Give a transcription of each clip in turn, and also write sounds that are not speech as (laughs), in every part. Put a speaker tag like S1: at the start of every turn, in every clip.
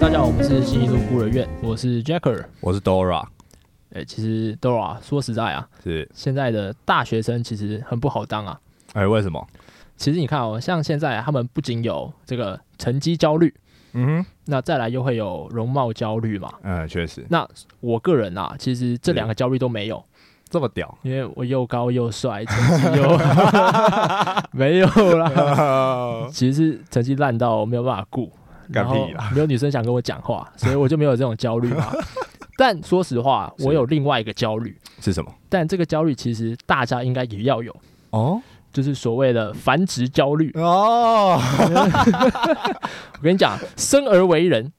S1: 大家好，我们是新一路孤儿院，我是 Jacker。
S2: 我是 Dora，
S1: 哎、其实 Dora 说实在啊，
S2: 是
S1: 现在的大学生其实很不好当啊。
S2: 哎、为什么？
S1: 其实你看哦，像现在他们不仅有这个成绩焦虑，
S2: 嗯哼，
S1: 那再来又会有容貌焦虑嘛。
S2: 嗯，确实
S1: 我个人啊，其实这
S2: 是
S1: 两个焦虑都没有，，
S2: 这么屌
S1: 因为我又高又帅，成绩
S2: (laughs)
S1: 又没有啦。其实是成绩烂到没有办法顾，
S2: 干
S1: 然
S2: 屁
S1: 后
S2: 啦
S1: 没有女生想跟我讲话，所以我就没有这种焦虑
S2: (laughs)
S1: 嘛。但说实话，我
S2: 是
S1: 有另外一个焦虑，
S2: (laughs) 是什么？
S1: 但这个焦虑其实大家应该也要有，
S2: 哦
S1: 就是所谓的繁殖焦虑。
S2: 哦，
S1: 我跟你讲， (laughs) 生而为人，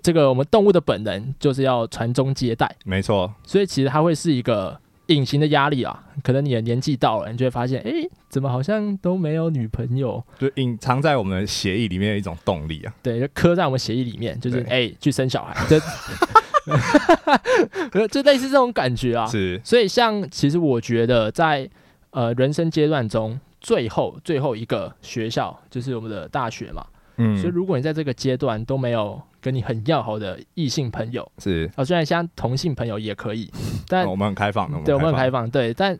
S1: 这个我们动物的本能就是要传宗接代，
S2: 没错，
S1: 所以其实它会是一个隐形的压力啊。可能你的年纪到了，你就会发现，诶，怎么好像都没有女朋友？
S2: 就隐藏在我们的协议里面的一种动力啊。
S1: 对，就刻在我们协议里面，就是
S2: 对
S1: 诶，去生小孩， (laughs) 这就 (laughs) 类似这种感觉啊。
S2: 是，
S1: 所以像其实我觉得在呃人生阶段中，最后最后一个学校就是我们的大学嘛。所以
S2: 嗯，
S1: 如果你在这个阶段都没有跟你很要好的异性朋友
S2: 是，
S1: 啊，虽然像同性朋友也可
S2: (laughs)
S1: 以，但、
S2: 哦我们很开放的，
S1: 对我们很开
S2: 放
S1: 放，对，但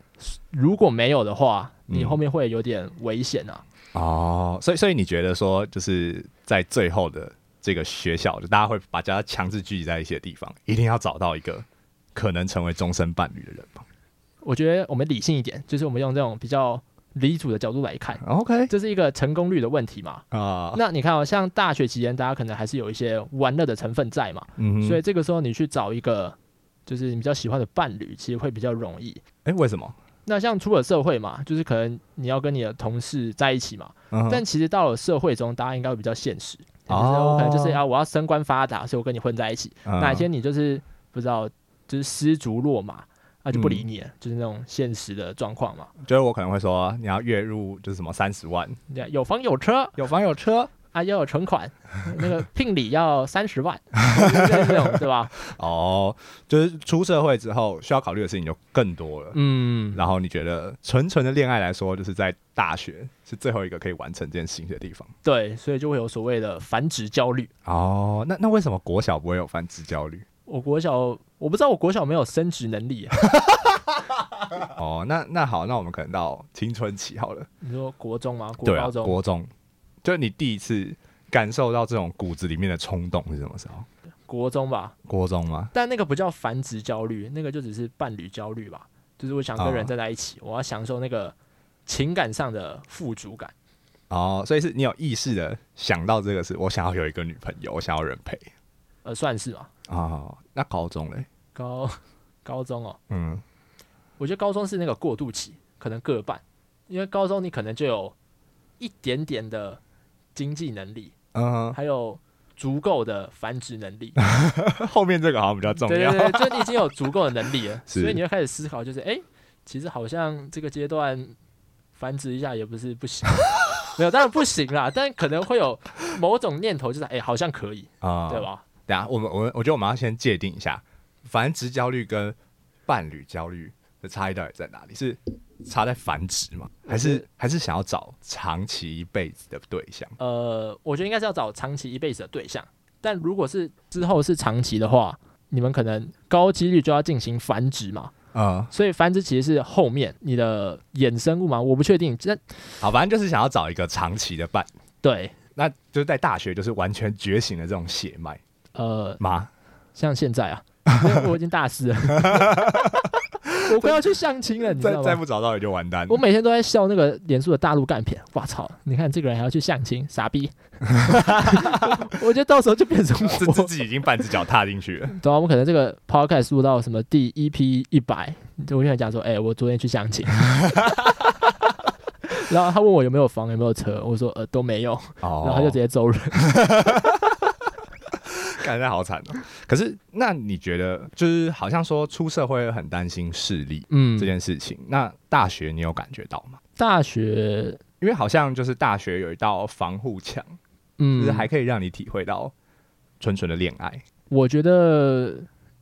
S1: 如果没有的话，你
S2: 嗯
S1: 后面会有点危险啊。
S2: 哦。所以，所以你觉得说，就是在最后的这个学校，就大家会把大家强制聚集在一些地方，一定要找到一个可能成为终身伴侣的人吧
S1: 我觉得我们理性一点，就是我们用这种比较理主的角度来看，
S2: ？OK
S1: 这是一个成功率的问题嘛。
S2: 嗯啊，
S1: 那你看哦，像大学期间，大家可能还是有一些玩乐的成分在嘛。
S2: 嗯哼
S1: 所以这个时候你去找一个就是你比较喜欢的伴侣，其实会比较容易。
S2: 哎，为什么？
S1: 那像出了社会嘛，就是可能你要跟你的同事在一起嘛，
S2: 嗯哼
S1: 但其实到了社会中，大家应该会比较现实，就是
S2: 哦
S1: 我可能就是啊，我要升官发达，所以我跟你混在一起。
S2: 嗯
S1: 哪一天你就是不知道，就是失足落马，啊就不
S2: 嗯
S1: 理你了，就是那种现实的状况嘛。
S2: 就是我可能会说，你要月入就是什么三十万，
S1: 你看啊有房有车
S2: 有房有车
S1: 啊，要有存款， (laughs) 那个聘礼要三十万， (laughs) 就是这种对吧？
S2: 哦，就是出社会之后需要考虑的事情就更多了。 (laughs)
S1: 嗯，
S2: 然后你觉得纯纯的恋爱来说，就是在大学是最后一个可以完成这件事情的地方。
S1: 对，所以就会有所谓的繁殖焦虑。
S2: 哦，那那为什么国小不会有繁殖焦虑？
S1: 我国小我不知道我国小有没有升职能
S2: (laughs)
S1: 力耶，
S2: 哦，那那好，那我们可能到青春期好了，
S1: 你说国中吗？国
S2: 对啊，
S1: 高中？
S2: 国中，就你第一次感受到这种骨子里面的冲动是什么时候？
S1: 国中吧，
S2: 国中吗？
S1: 但那个不叫繁殖焦虑，那个就只是伴侣焦虑吧，就是我想
S2: 啊
S1: 跟人站在一起，我要享受那个情感上的富足感。
S2: 哦，所以是你有意识的想到这个是我想要有一个女朋友，我想要人陪。
S1: 呃，算是吧。
S2: 哦，那高中嘞？
S1: 高 (laughs) 高中哦，
S2: 嗯，
S1: 我觉得高中是那个过渡期，可能各半，因为高中你可能就有一点点的经济能力，
S2: 嗯，
S1: 还有足够的繁殖能力。
S2: 后面这个好像比较重
S1: 对
S2: 要。
S1: 对对，就你已经有足够的能力
S2: (laughs)
S1: 了，
S2: 是
S1: 所以你会开始思考，就是哎、诶其实好像这个阶段繁殖一下也不是不
S2: (laughs)
S1: 行，没有，当然不行啦，但可能会有某种念头，就是哎、诶好像可以，
S2: 啊
S1: 对？吧？
S2: 等下，我们我们我觉得我们要先界定一下繁殖焦虑跟伴侣焦虑的差异到底在哪里？是差在繁殖吗？
S1: 嗯
S2: 还是还是想要找长期一辈子的对象？
S1: 呃，我觉得应该是要找长期一辈子的对象，但如果是之后是长期的话，你们可能高几率就要进行繁殖嘛，
S2: 嗯，
S1: 所以繁殖其实是后面你的衍生物嘛，我不确定，但
S2: 好，反正就是想要找一个长期的伴。
S1: 对，
S2: 那就是在大学，就是完全觉醒的这种血脉
S1: 呃，
S2: 吗？
S1: 像现在啊， (laughs) 因为我已经大四了， (laughs) 我快要去相亲了，你知
S2: 再
S1: 道
S2: 再
S1: 吗？
S2: 不找到也就完蛋
S1: 我。每天都在笑那个脸书的大陆干片，哇操！你看这个人还要去相亲，傻逼！ (laughs) 我觉得到时候就变成
S2: 自
S1: 我
S2: 自，己已经半只脚踏进去了。
S1: 对啊，我们可能这个 podcast 录到什么第一批一百，我就想讲说，哎、我昨天去相亲， (laughs) 然后他问我有没有房，有没有车，我说呃都没有，
S2: 哦
S1: (laughs) 然后他就直接走人。
S2: (laughs) 感觉好惨哦。可是，那你觉得，就是好像说出社会很担心势力
S1: 嗯
S2: 这，件事情，那大学你有感觉到吗？
S1: 大学，
S2: 因为好像就是大学有一道防护墙，就
S1: 嗯，
S2: 是还可以让你体会到纯纯的恋爱。
S1: 我觉得，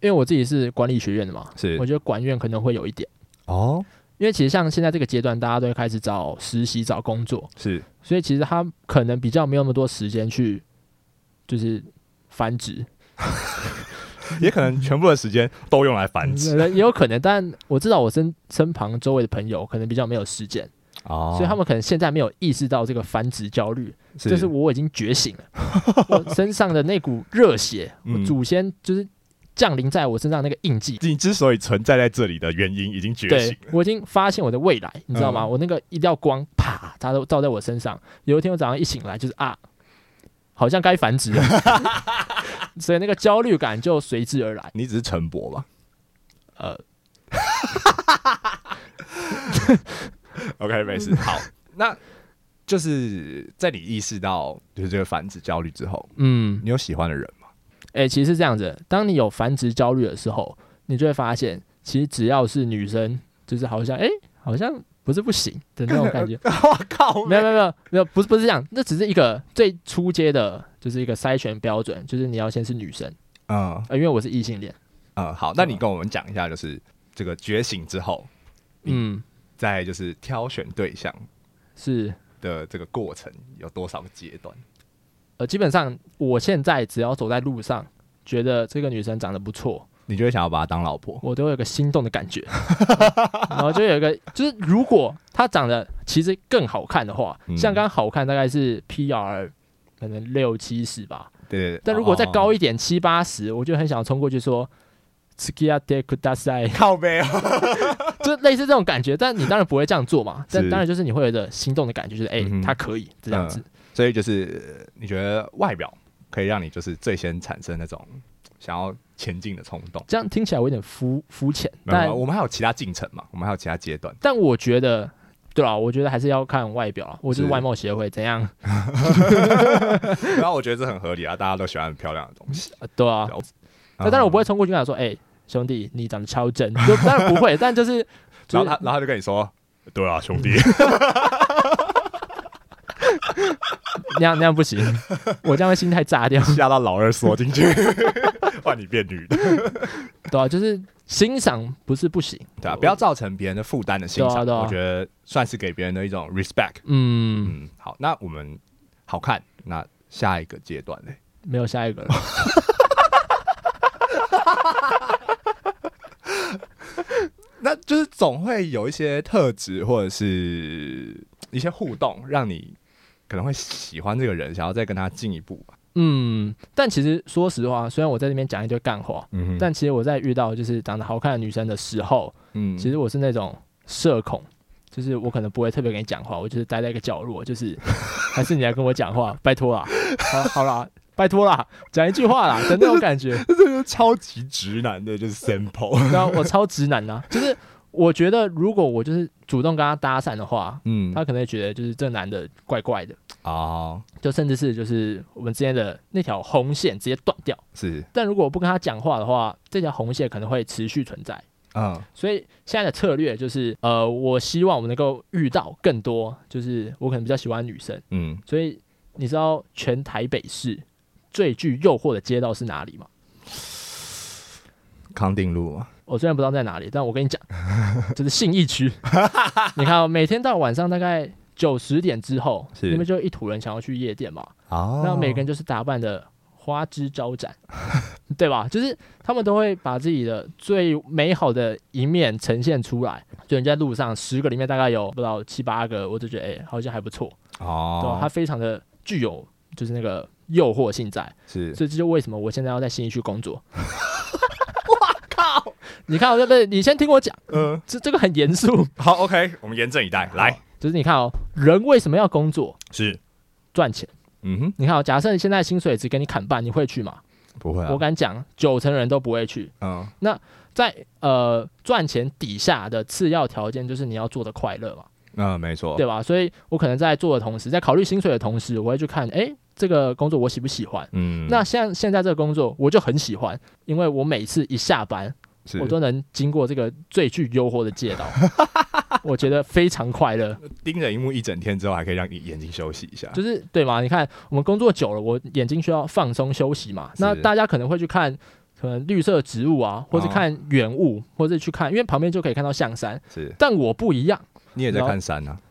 S1: 因为我自己是管理学院的嘛，
S2: 是
S1: 我觉得管院可能会有一点，
S2: 哦，
S1: 因为其实像现在这个阶段，大家都会开始找实习、找工作，
S2: 是
S1: 所以其实他可能比较没有那么多时间去就是繁殖，
S2: 也可能全部的时间都用来
S1: (laughs)
S2: 繁殖
S1: 也有可能。但我知道我身身旁周围的朋友可能比较没有时间，
S2: 哦
S1: 所以他们可能现在没有意识到这个繁殖焦虑。
S2: 是
S1: 就是我已经觉醒了，我身上的那股热血，我
S2: (laughs) 嗯
S1: 祖先就是降临在我身上那个印记。
S2: 你之所以存在在这里的原因已经觉醒
S1: 对
S2: 了，
S1: 我已经发现我的未来，你知道吗？
S2: 嗯
S1: 我那个一道光，啪，它都照在我身上。有一天我早上一醒来，就是啊，好像该繁
S2: (laughs)
S1: 殖了，所以那个焦虑感就随之而来。
S2: 你只是陈伯吧
S1: 呃，
S2: (laughs) ？OK，没事。好，那就是在你意识到就是这个繁殖焦虑之后，
S1: 嗯，
S2: 你有喜欢的人吗？
S1: 诶、哎其实是这样子，当你有繁殖焦虑的时候，你就会发现，其实只要是女生，就是好像诶、哎好像不是不行的那种感
S2: (laughs)
S1: 觉。
S2: 我靠
S1: 没有没有没有没有，不是不是这样，那只是一个最初阶的，就是一个筛选标准，就是你要先是女生，
S2: 嗯
S1: 呃，因为我是异性恋，
S2: 嗯，好，那你跟我们讲一下，就是这个觉醒之后，
S1: 嗯，
S2: 在就是挑选对象
S1: 是，
S2: 的这个过程有多少个阶段？
S1: 呃，基本上我现在只要走在路上，觉得这个女生长得不错，
S2: 你就会想要把她当老婆？
S1: 我都有一个心动的感
S2: (laughs)
S1: 觉，然后就有一个，就是如果她长得其实更好看的话，
S2: 嗯
S1: 像刚刚好看大概是 PR 可能六七十吧，
S2: 对对对。
S1: 但如果再
S2: 哦
S1: 高一点七八十，我就很想冲过去说。s k i a de k u d a s a i
S2: 靠背哦，
S1: (laughs) 就类似这种感觉，但你当然不会这样做嘛。但
S2: 是
S1: 当然就是你会有的心动的感觉，就是哎、
S2: 嗯哼嗯
S1: 他可以这样子。
S2: 所以就是呃你觉得外表可以让你就是最先产生那种想要前进的冲动。
S1: 这样听起来我有点肤肤浅，
S2: 没有啊没
S1: 但
S2: 有，我们还有其他进程嘛？我们还有其他
S1: (laughs)
S2: 阶段。
S1: 但我觉得，对啊，我觉得还是要看外表啊。我就是
S2: 是
S1: 外貌协会怎样， (laughs)
S2: 然后我觉得这很合理啊，大家都喜欢很漂亮的东
S1: (laughs)
S2: 西。啊
S1: 呃对啊
S2: 了。
S1: 那当然我不会冲过去跟他说，哎、兄弟，你长得超正，就当然不会，但
S2: (laughs)
S1: 就是就
S2: 然后
S1: 是
S2: 他，然后他就跟你说：“ (laughs) 对啊，兄弟，
S1: 那样那样不行，我这样会心态炸掉， (laughs)
S2: 吓到老二缩进去， (laughs) 换你变女的。
S1: 对啊，就是欣赏不是不行，”
S2: 对啊，不要造成别人的负担的欣赏，
S1: 对啊对啊
S2: 我觉得算是给别人的一种 respect。
S1: 嗯，
S2: 嗯，好，那我们好看，那下一个阶段嘞，
S1: 没有下一个了。
S2: 那就是总会有一些特质或者是一些互动，让你可能会喜欢这个人，想要再跟他进一步吧。
S1: 嗯，但其实说实话，虽然我在那边讲一堆干话，
S2: 嗯哼
S1: 但其实我在遇到就是长得好看的女生的时候，
S2: 嗯
S1: 其实我是那种社恐，就是我可能不会特别跟你讲话，我就是待在一个角落，就是 (laughs) 还是你来跟我讲话，拜托啦，好好啦，拜托啦，讲一句话啦的那种感觉。
S2: 这就是超级直男的，就是 (laughs) sample。
S1: 然后我超直男呐、就是我觉得如果我就是主动跟他搭讪的话，
S2: 嗯
S1: 他可能会觉得就是这男的怪怪的，
S2: 哦，
S1: 就甚至是就是我们之间的那条红线直接断掉。
S2: 是，
S1: 但如果我不跟他讲话的话，这条红线可能会持续存在。
S2: 嗯
S1: 所以现在的策略就是，呃，我希望我能够遇到更多，就是我可能比较喜欢女生。
S2: 嗯，
S1: 所以你知道全台北市最具诱惑的街道是哪里吗？
S2: 康定路嘛，
S1: 我虽然不知道在哪里，但我跟你讲，就是信义区。你看、哦，每天到晚上大概九十点之后，
S2: 是
S1: 你们就一土人想要去夜店嘛，
S2: 哦
S1: 那每个人就是打扮的花枝招展， (laughs) 对吧？就是他们都会把自己的最美好的一面呈现出来。就人家路上十个里面大概有不知道七八个，我就觉得哎、好像还不错，对吧？
S2: 哦
S1: 它，非常的具有就是那个诱惑性在，
S2: 哦是
S1: 所以这就为什么我现在要在新一区工
S2: (laughs)
S1: 作。哇靠！你看，哦对不对？你先听我讲，
S2: 嗯，
S1: 这这个很严肃。
S2: 好，OK，我们严阵以待，来，
S1: 就是你看哦，人为什么要工作
S2: 是，
S1: 赚钱？
S2: 嗯哼，
S1: 你看哦，假设现在薪水只给你砍半，你会去吗？
S2: 不会啊
S1: 我敢讲，九成人都不会去。
S2: 嗯，
S1: 在呃赚钱底下的次要条件就是你要做的快乐嘛，
S2: 嗯，没错，
S1: 对吧？所以我可能在做的同时，在考虑薪水的同时，我会去看，诶，这个工作我喜不喜欢？
S2: 嗯，
S1: 那像现在这个工作我就很喜欢，因为我每次一下班，
S2: 是
S1: 我都能经过这个最具诱惑的
S2: (laughs)
S1: 街道，我觉得非常快乐。
S2: 盯着荧幕一整天之后，还可以让你眼睛休息一下，
S1: 就是对嘛？你看我们工作久了，我眼睛需要放松休息嘛。
S2: 是
S1: 那大家可能会去看可能绿色植物啊，或是看远物，或是去看，因为旁边就可以看到象山。
S2: 是
S1: 但我不一 (laughs) 样，
S2: 你也在
S1: 然后
S2: 看山啊。 (laughs)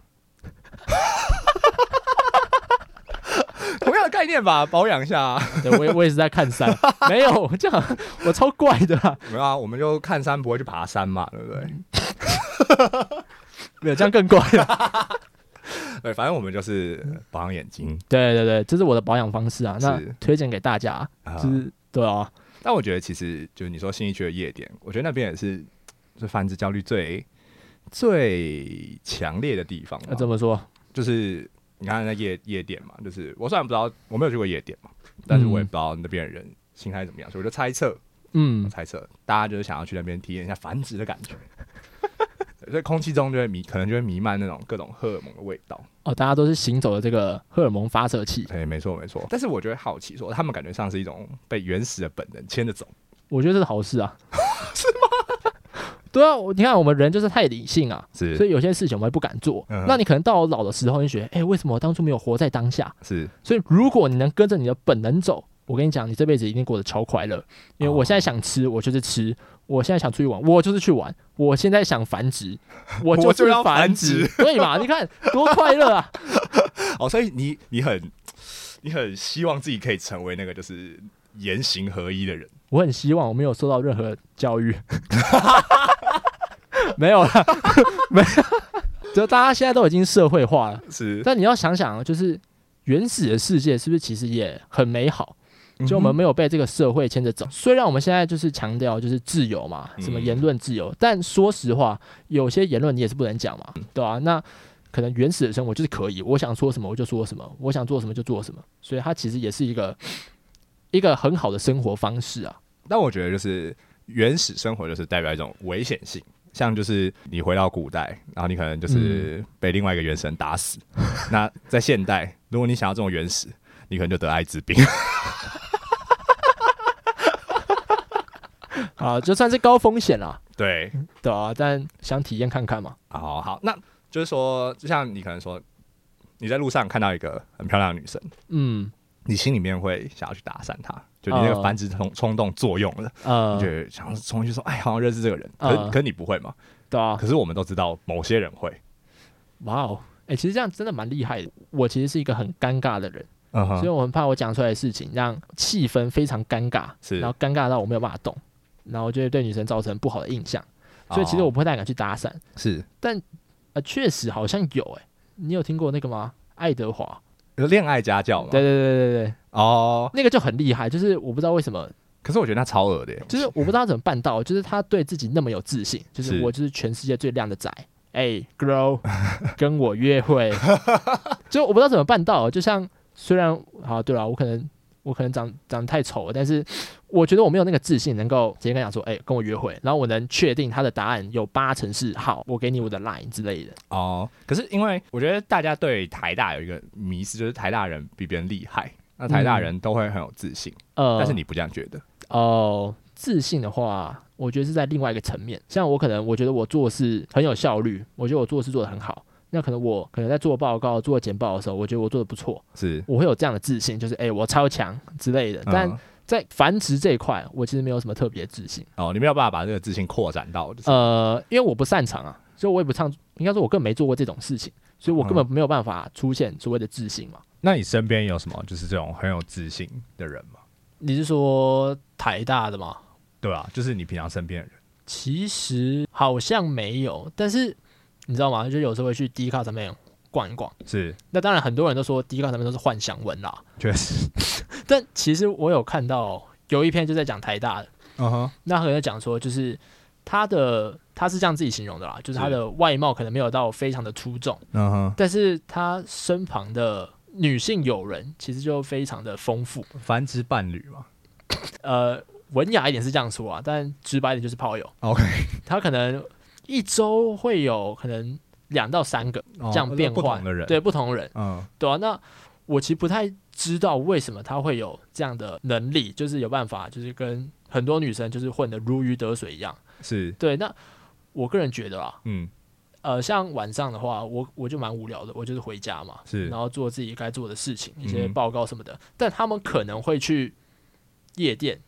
S2: 同样的概念吧，保养一下、啊。
S1: 对我也我也是在看山， (laughs) 没有这样，我超怪的啦，
S2: 没有啊，我们就看山不会去爬山嘛，对不
S1: 嗯
S2: 对？
S1: (laughs) 没有这样更 (laughs) 怪了。
S2: 对，反正我们就是保养眼睛
S1: 嗯对对对，这是我的保养方式啊，那
S2: 是
S1: 推荐给大家啊，
S2: 啊。
S1: 就是对啊，
S2: 但我觉得其实就是你说新一区的夜店，我觉得那边也是是繁殖焦虑最最强烈的地方吧。
S1: 那这啊么说，
S2: 就是你看那夜夜店嘛，就是我虽然不知道我没有去过夜店嘛，但是我也不知道那边的人心态怎么样，所以我就猜测，
S1: 嗯，
S2: 猜测大家就是想要去那边体验一下繁殖的感觉。 (laughs) 对所以空气中就会弥，可能就会弥漫那种各种荷尔蒙的味道。
S1: 哦，大家都是行走的这个荷尔蒙发射器，
S2: 对，哎没错没错。但是我就会好奇说，他们感觉上是一种被原始的本能牵着走。
S1: 我觉得这是好事 (laughs) 啊，是吗？对啊，我你看我们人就是太理性啊，
S2: 是
S1: 所以有些事情我们不敢做。
S2: 嗯哼
S1: 那你可能到老的时候，你就觉得，哎、为什么我当初没有活在当下？
S2: 是
S1: 所以如果你能跟着你的本能走，我跟你讲，你这辈子一定过得超快乐。因为
S2: 哦
S1: 我现在想吃，我就是吃；我现在想出去玩，我就是去玩；我现在想繁
S2: (laughs)
S1: 殖，我
S2: 我
S1: 是
S2: 就要
S1: 繁
S2: 繁
S1: 殖
S2: 殖，
S1: 对嘛？你看多快乐啊！ (laughs)
S2: 哦，所以你你很你很希望自己可以成为那个就是言行合一的人。
S1: 我很希望我没有受到任何教
S2: (laughs)
S1: 育，没有了，没有。就大家现在都已经社会化了，
S2: (laughs) 是，
S1: 但你要想想，哦就是原始的世界是不是其实也很美好？就我们
S2: 嗯
S1: 没有被这个社会牵着走。虽然我们现在就是强调就是自由嘛，什么
S2: 嗯
S1: 言论自由，但说实话，有些言论你也是不能讲嘛，对啊，那可能原始的生活就是可以，我想说什么我就说什么，我想做什么就做什么，所以它其实也是一个一个很好的生活方式啊。
S2: 哼但我觉得就是原始生活就是代表一种危险性，像就是你回到古代，然后你可能
S1: 嗯
S2: 就是被另外一个原神打死。 (laughs) 那在现代，如果你想要这种原始，你可能就得艾滋病。 (laughs)
S1: 啊，就算是高风险啦，
S2: 对，
S1: 对啊，但想体验看看嘛。
S2: 好好，那就是说，就像你可能说你在路上看到一个很漂亮的女生，
S1: 嗯，
S2: 你心里面会想要去搭讪她，就你那
S1: 哦
S2: 个繁殖冲冲动作用了。
S1: 呃
S2: 就，想要冲进去说，哎，好像认识这个人，可是、
S1: 嗯
S2: 可是你不会嘛？
S1: 对啊，
S2: 可是我们都知道某些人会，
S1: 哇哦，哎、其实这样真的蛮厉害的。我其实是一个很尴尬的人。
S2: 嗯
S1: 所以，我很怕我讲出来的事情让气氛非常尴尬，
S2: 是
S1: 然后尴尬到我没有办法动，然后就会对女生造成不好的印象，所以其实我不太敢去搭讪。
S2: 啊是
S1: 呃，确实好像有哎、你有听过那个吗？爱德华，
S2: 恋爱家教嘛，
S1: 对对对对对，
S2: 哦，
S1: 那个就很厉害，就是我不知道为什么，
S2: 可是我觉得那超恶的耶，
S1: 就是我不知道他怎么办到，就是他对自己那么有自信，就是
S2: 是
S1: 我就是全世界最靓的仔，哎、g i r l (laughs) 跟我约会， (laughs) 就我不知道怎么办到，就像虽然好，对了，我可能我可能长长得太丑了，但是我觉得我没有那个自信能够直接跟他讲说，哎、跟我约会，然后我能确定他的答案有八成是好，我给你我的 line 之类的，
S2: 哦，可是因为我觉得大家对台大有一个迷思，就是台大人比别人厉害，那台大
S3: 嗯
S2: 人都会很有自信，
S1: 呃，
S2: 但是你不这样觉得，
S1: 哦、自信的话，我觉得是在另外一个层面。像我可能我觉得我做事很有效率，我觉得我做事做得很好。那可能我可能在做报告、做简报的时候，我觉得我做的不错，
S2: 是，
S1: 我会有这样的自信，就是哎、我超强之类的。但
S2: 嗯
S1: 在繁殖这一块，我其实没有什么特别自信。
S2: 哦，你没有办法把这个自信扩展到，
S3: 嗯
S2: 就是
S1: 呃，因为我不擅长啊，所以我也不唱，应该说我更没做过这种事情，所以我根本没有办法出现所谓的自信嘛。
S3: 那你身边有什么就是这种很有自信的人吗？
S1: 你是说台大的吗？
S3: 对啊，就是你平常身边的人。
S1: 其实好像没有，但是你知道吗？就有时候会去 D 卡上面逛一逛。
S3: 是，
S1: 那当然，很多人都说 D 卡上面都是幻想文啦， (laughs)
S3: 确实，
S1: 但其实我有看到有一篇就在讲台大的，
S3: 嗯哼，
S1: 那他可能在讲说，就是他的他是这样自己形容的啦，就是他的外貌可能没有到非常的出众，
S3: 嗯哼，
S1: 但是他身旁的女性友人其实就非常的丰富。
S3: 繁殖伴侣嘛。
S1: 呃，文雅一点是这样说啊，但直白一点就是炮友。
S3: OK，
S1: 他可能一周会有可能两到三个
S3: 哦
S1: 这样变
S3: 不
S1: 换、
S3: 同的人，
S1: 对，不同人，
S3: 嗯，
S1: 对啊，那我其实不太知道为什么他会有这样的能力，就是有办法，就是跟很多女生就是混得如鱼得水一样。
S3: 是，
S1: 对，那我个人觉得啊，
S3: 嗯，
S1: 呃，像晚上的话，我我就蛮无聊的，我就是回家嘛，
S3: 是
S1: 然后做自己该做的事情，一些
S3: 嗯
S1: 报告什么的。但他们可能会去夜店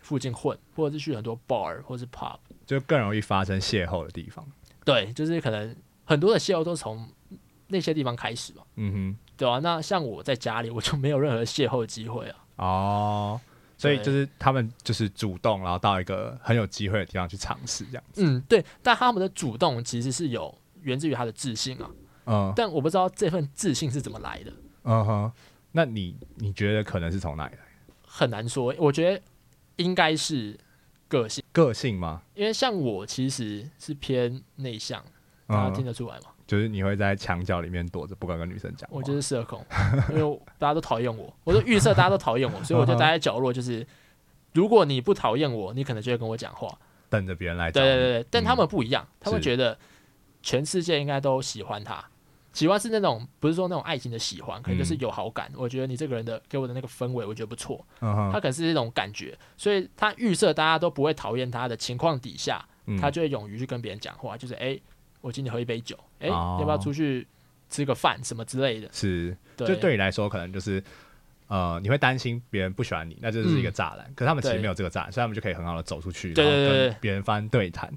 S1: 附近混，或者是去很多 bar 或是 pub。
S3: 就更容易发生邂逅的地方。
S1: 对，就是可能很多的邂逅都是从那些地方开始嘛，
S3: 嗯
S1: 对啊，那像我在家里，我就没有任何邂逅机会啊。
S3: 哼，哦，所以就是他们就是主动，然后到一个很有机会的地方去尝试这样子。
S1: 嗯，对，但他们的主动其实是有源自于他的自信啊，
S3: 嗯
S1: 但我不知道这份自信是怎么来的，
S3: 嗯哼，那你你觉得可能是从哪里来？
S1: 很难说。我觉得应该是个性，
S3: 个性吗？
S1: 因为像我其实是偏内向，
S3: 嗯
S1: 大啊家听得出来吗？
S3: 就是你会在墙角里面躲着，不敢跟女生讲话。
S1: 我就是社恐，因为我大家都讨厌我，我就预设大家都讨厌我，所以我就待在角落，就是。如果你不讨厌我，你可能就会跟我讲话。
S3: 等着别人来找
S1: 对
S3: 你。
S1: 对对对，但他们不一样，他们
S3: 嗯是
S1: 觉得全世界应该都喜欢他，喜欢是那种不是说那种爱情的喜欢，可能就是
S3: 嗯
S1: 有好感。我觉得你这个人的给我的那个氛围，我觉得不错，
S3: 嗯哼，
S1: 他可能是这种感觉，所以他预设大家都不会讨厌他的情况底下，
S3: 嗯
S1: 他就会勇于去跟别人讲话，就是诶，我请你喝一杯酒，诶，
S3: 哦
S1: 要不要出去吃个饭什么之类的。
S3: 是
S1: 对，
S3: 就对你来说，可能就是呃，你会担心别人不喜欢你，那就是一个栅栏。可是他们其实
S1: 嗯对
S3: 没有这个栅栏，所以他们就可以很好的走出去，
S1: 对对
S3: 然后
S1: 对
S3: 跟别人发生对谈。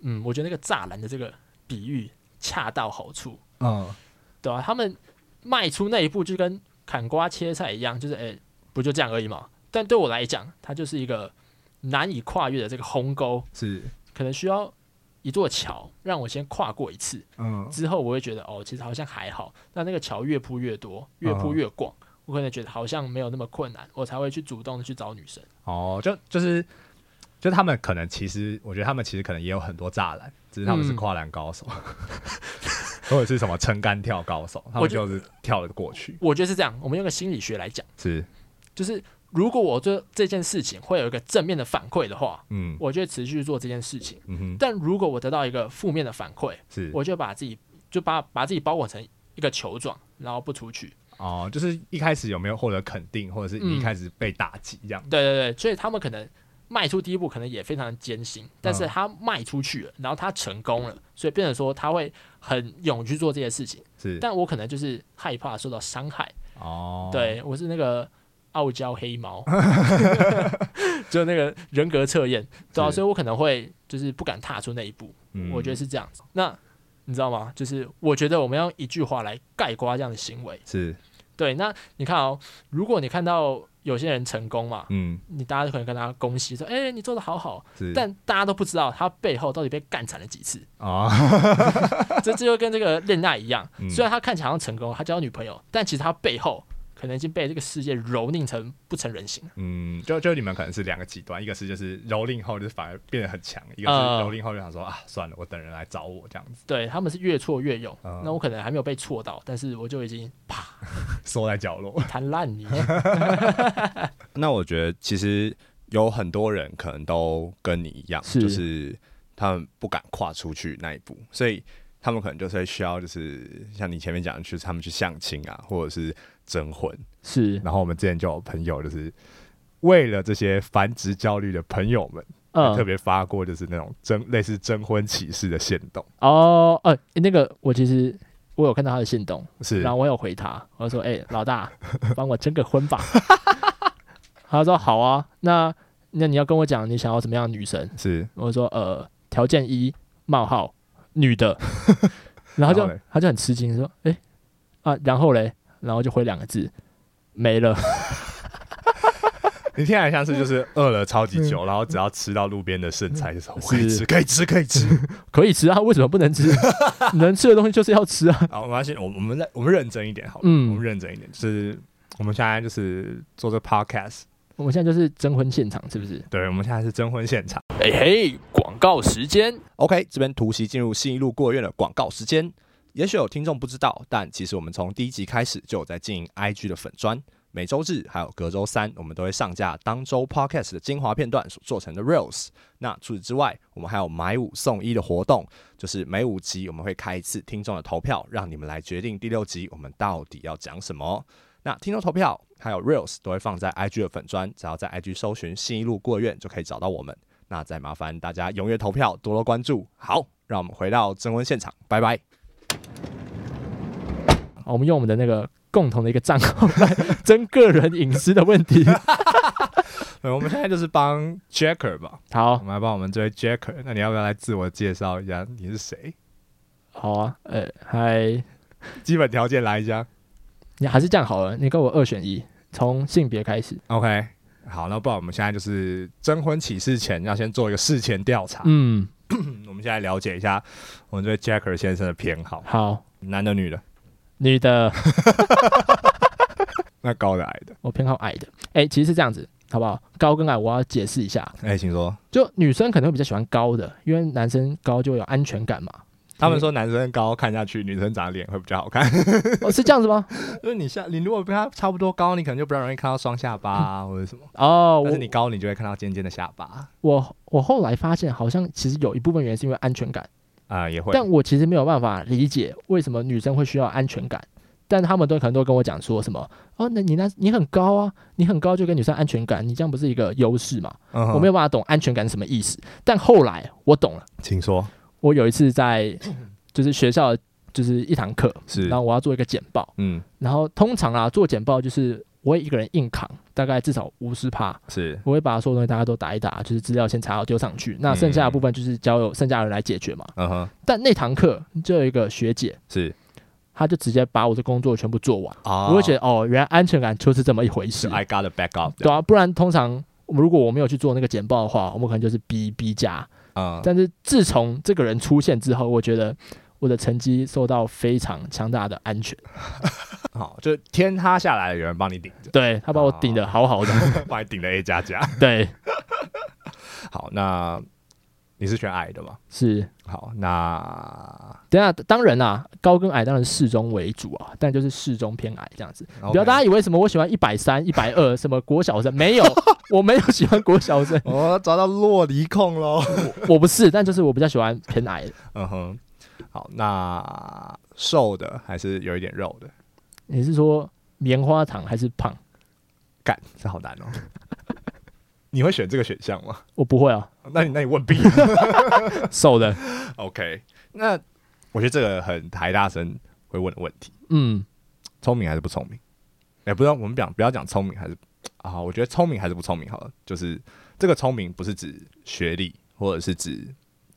S1: 嗯，我觉得那个栅栏的这个比喻恰到好处，
S3: 嗯，
S1: 对啊，他们迈出那一步就跟砍瓜切菜一样，就是诶，不就这样而已嘛。但对我来讲，它就是一个难以跨越的这个鸿沟，
S3: 是，
S1: 可能需要一座桥让我先跨过一次，
S3: 嗯
S1: 之后我会觉得哦，其实好像还好。那那个桥越铺越多，越铺越广，我可能觉得好像没有那么困难，我才会去主动的去找女生。
S3: 哦，就就是就他们可能其实，我觉得他们其实可能也有很多栅栏，只是他们是
S1: 嗯
S3: 跨栏高手， (laughs) 或者是什么撑杆跳高手，他
S1: 我
S3: 们
S1: 觉
S3: 就是跳了过去。
S1: 我觉得是这样，我们用个心理学来讲，
S3: 是，
S1: 就是如果我做这件事情会有一个正面的反馈的话，
S3: 嗯
S1: 我就会持续做这件事情。
S3: 嗯哼，
S1: 但如果我得到一个负面的反馈，
S3: 是。
S1: 我就把自己就把把自己包裹成一个球状，然后不出去。
S3: 哦，就是一开始有没有获得肯定，或者是你一
S1: 嗯
S3: 开始被打击这样？
S1: 对对对，所以他们可能迈出第一步，可能也非常的艰辛，但
S3: 嗯
S1: 是他迈出去了，然后他成功了，所以变成说他会很勇于去做这些事情。
S3: 是
S1: 但我可能就是害怕受到伤害，
S3: 哦，，
S1: 对我是那个傲娇黑
S3: (laughs)
S1: 猫，就那个人格测验，对啊，
S3: 是
S1: 所以我可能会就是不敢踏出那一步，
S3: 嗯
S1: 我觉得是这样子。那你知道吗？就是我觉得我们要用一句话来概括这样的行为。
S3: 是，
S1: 对，那你看哦，如果你看到有些人成功嘛，
S3: 嗯，
S1: 你大家都可能跟他恭喜说：“哎、你做的好好。”
S3: 是，
S1: 但大家都不知道他背后到底被干惨了几次。
S3: 哦，
S1: 这这就跟这个恋爱一样，
S3: (laughs) 嗯
S1: 虽然他看起来好像成功，他交女朋友，但其实他背后可能已经被这个世界蹂躏成不成人形了。
S3: 嗯，就就你们可能是两个极端，一个是就是蹂躏后就是反而变得很强，一个是
S1: 呃
S3: 蹂躏后就想说啊算了，我等人来找我这样子，
S1: 对他们是越挫越勇，
S3: 嗯
S1: 那我可能还没有被挫到，但是我就已经啪
S3: 缩在角落。
S1: 弹
S3: (laughs)
S1: 烂你。
S2: 那我觉得其实有很多人可能都跟你一样，
S1: 是
S2: 就是他们不敢跨出去那一步，所以他们可能就是会需要，就是像你前面讲的，就是他们去相亲啊，或者是征婚。
S1: 是，
S3: 然后我们之前就有朋友就是为了这些繁殖焦虑的朋友们，特
S1: 嗯，
S3: 别发过就是那种征类似征婚启事的线动，
S1: 哦，呃，那个我其实我有看到他的行动，
S3: 是
S1: 然后我有回他，我就说：“哎、老大，帮我征个婚
S3: (laughs)
S1: 吧。” (laughs) 他说：“好啊，那那你要跟我讲你想要什么样的女生
S3: 是？”
S1: 我说：“呃，条件一，冒号，
S3: (laughs)
S1: 女的。”然后就
S3: 然后嘞
S1: 他就很吃惊说：“哎、啊，然后嘞？”然后就回两个字：“没了。
S3: 你听起来像是就是饿了超级久，然后只要吃到路边的剩菜就说我可以
S1: 嗯是
S3: 吃，可以吃，可以吃。
S1: 可以吃啊，为什么不能吃？
S3: (laughs)
S1: 能吃的东西就是要吃啊。
S3: 好，没关系，我我们认我们认真一点好了，
S1: 嗯
S3: 我们认真一点，就是我们现在就是做这 podcast，
S1: 我们现在就是征婚现场，是不是？
S3: 对，我们现在是征婚现场，
S1: 哎、嘿，广告时间。
S2: OK，这边突袭进入信义路过院的广告时间。也许有听众不知道，但其实我们从第一集开始就有在经营 IG 的粉砖，每周日还有隔周三，我们都会上架当周 Podcast 的精华片段所做成的 Reels。那除此之外，我们还有买五送一的活动，就是每五集我们会开一次听众的投票，让你们来决定第六集我们到底要讲什么哦。那听众投票还有 Reels 都会放在 IG 的粉砖，只要在 IG 搜寻信义路过院就可以找到我们。那再麻烦大家踊跃投票，多多关注。好，让我们回到征婚现场，拜拜。
S1: 好我们用我们的那个共同的一个账号来争个人隐私的问题。
S2: 对，我们现在就是帮 Jacker 吧，我
S1: 好，
S2: 们来帮我们这位 Jacker，那你要不要来自我介绍一下你是谁？
S1: 好啊，呃，嗨，
S2: 基本条件来一下。
S1: 你还是这样好了，你跟我二选一，从性别开始。
S2: OK，好，那不然我们现在就是征婚启事前要先做一个事前调查，
S1: 嗯，
S2: 嗯我们现在了解一下我们这位 Jacker 先生的偏好，
S1: 好，
S2: 男的女的，
S1: 女的，
S2: 那高的矮的，
S1: 我偏好矮的。哎、其实是这样子，好不好？高跟矮我要解释一下，
S2: 哎、请说。
S1: 就女生可能会比较喜欢高的，因为男生高就有安全感嘛。
S2: 他们说男生高看下去，女生长得脸会比较好看，
S1: 哦，是这样子吗？
S2: 就是你像你如果跟他差不多高，你可能就比较容易看到双下巴、 (laughs) 啊、或者什么，
S1: 哦，
S2: 但
S1: 我
S2: 是你高你就会看到尖尖的下巴啊、
S1: 我我后来发现，好像其实有一部分原因是因为安全感，
S2: 啊也会。
S1: 但我其实没有办法理解为什么女生会需要安全感。但他们都可能都跟我讲说什么哦，那你那你很高啊，你很高就给女生安全感，你这样不是一个优势嘛？
S2: 嗯哼
S1: 我没有办法懂安全感是什么意思。但后来我懂了，
S2: 请说，
S1: 我有一次
S2: (laughs)
S1: 在就是学校就是一堂课，
S2: 是
S1: 然后我要做一个简报，
S2: 嗯，
S1: 然后通常啊做简报就是我会一个人硬扛，大概至少五十趴，
S2: 是
S1: 我会把所有东西大家都打一打，就是资料先查好丢上去，那剩下的部分就是交由剩下的人来解决嘛。
S2: 嗯哼，
S1: 但那堂课就有一个学姐，
S2: 是
S1: 她就直接把我的工作全部做完，
S2: 啊
S1: 我就觉得哦，原来安全感就是这么一回事
S2: 是，I got a back up，
S1: 对啊，不然通常。如果我没有去做那个简报的话，我们可能就是 B B 加。
S2: 嗯，
S1: 但是自从这个人出现之后，我觉得我的成绩受到非常强大的安全，
S2: 好，就天塌下来了，有人帮你顶着， (laughs)
S1: 对哦他把我顶得好好的，
S2: 帮你顶了 A 加加。
S1: (laughs) 对，
S2: 好，那你是选矮的吗？
S1: 是
S2: 好，那
S1: 等一下，当然啦、高跟矮当然适中为主啊，但就是适中偏矮这样子。不要大家以为什么我喜欢一百三、一百二，什么国小生没有，我没有喜欢国小生，
S2: 我找到落离控喽。
S1: 我不是，但就是我比较喜欢偏矮的。
S2: 嗯哼，好，那瘦的还是有一点肉的？
S1: 你是说棉花糖还是胖？
S2: 干，这好难哦。
S1: (laughs)
S2: 你会选这个选项吗？
S1: 我不会
S2: (laughs)
S1: 啊，
S2: 那你那你问 B
S1: 瘦的，
S2: OK，那我觉得这个很台大生会问的问题，
S1: 嗯，
S2: 聪明还是不聪明？哎、不知道我们讲不要讲聪明还是啊，我觉得聪明还是不聪明好了。就是这个聪明不是指学历，或者是指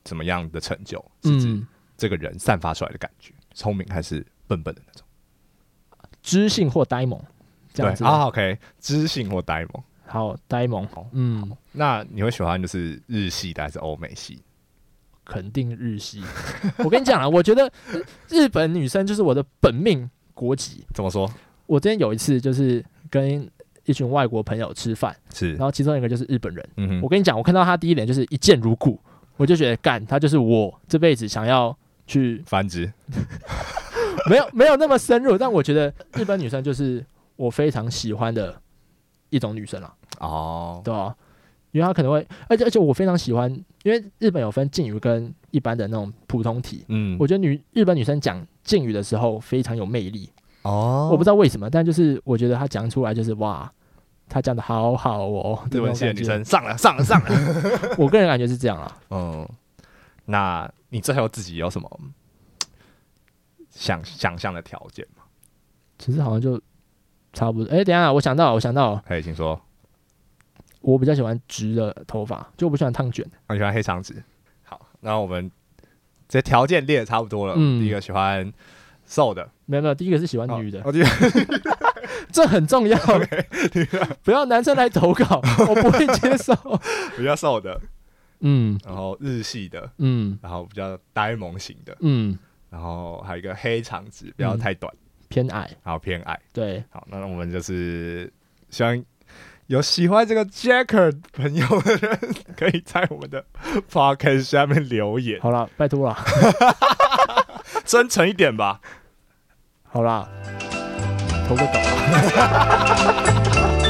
S2: 怎么样的成就，是指
S1: 嗯，
S2: 这个人散发出来的感觉，聪明还是笨笨的那种。
S1: 知性或呆萌，这样子
S2: 对。啊，OK，知性或呆萌。
S1: 好，呆萌
S2: 好，
S1: 嗯，
S2: 那你会喜欢就是日系的还是欧美系？
S1: 肯定日系。 (laughs) 我跟你讲啊，我觉得日本女生就是我的本命国籍。
S2: 怎么说？
S1: 我之前有一次就是跟一群外国朋友吃饭。
S2: 是
S1: 然，后其中一个就是日本人。
S2: 嗯
S1: 我
S2: 哼，
S1: 跟你讲，我看到他第一眼就是一见如故，我就觉得干，他就是我这辈子想要去，
S2: 繁殖
S1: (laughs) 没有没有那么深入，但我觉得日本女生就是我非常喜欢的一种女生啦，
S2: 哦，
S1: 对吧、因为她可能会，而且而且我非常喜欢，因为日本有分敬语跟一般的那种普通体，
S2: 嗯，
S1: 我觉得女日本女生讲敬语的时候非常有魅力，
S2: 哦，
S1: 我不知道为什么，但就是我觉得她讲出来就是哇。她讲的好好哦，
S2: 日文系的
S1: 这
S2: 女
S1: 种感
S2: 生上了上了上了。
S1: 觉，我个人感觉是这样啦。
S2: 嗯，那你最后自己有什么想想象的条件吗？
S1: 其实好像就差不多。哎、等一下，我想到了，我想到了，
S2: 可以，请说。
S1: 我比较喜欢直的头发，就我不喜欢烫卷。
S2: 啊我喜欢黑长直。好，那我们这条件列的差不多了。
S1: 嗯
S2: 第一个喜欢瘦的，哦
S1: 没有没有，第一个是喜欢女的，
S2: 我觉得
S1: 这很重要。不要男生来投稿，我不会接受。
S2: (laughs) 比较瘦的，
S1: 嗯
S2: 然后日系的，
S1: 嗯
S2: 然后比较呆萌型的，
S1: 嗯，
S2: 然后还有一个黑长直，不要
S1: 嗯
S2: 太短，
S1: 偏矮。
S2: 然后偏矮。
S1: 对，
S2: 好，那我们就是希望有喜欢这个 Jacker 朋友的人， (laughs) 可以在我们的 (laughs) Podcast 下面留言，
S1: 好啦，拜托啦，
S2: 真诚一点吧。
S1: 好啦，投个稿啦。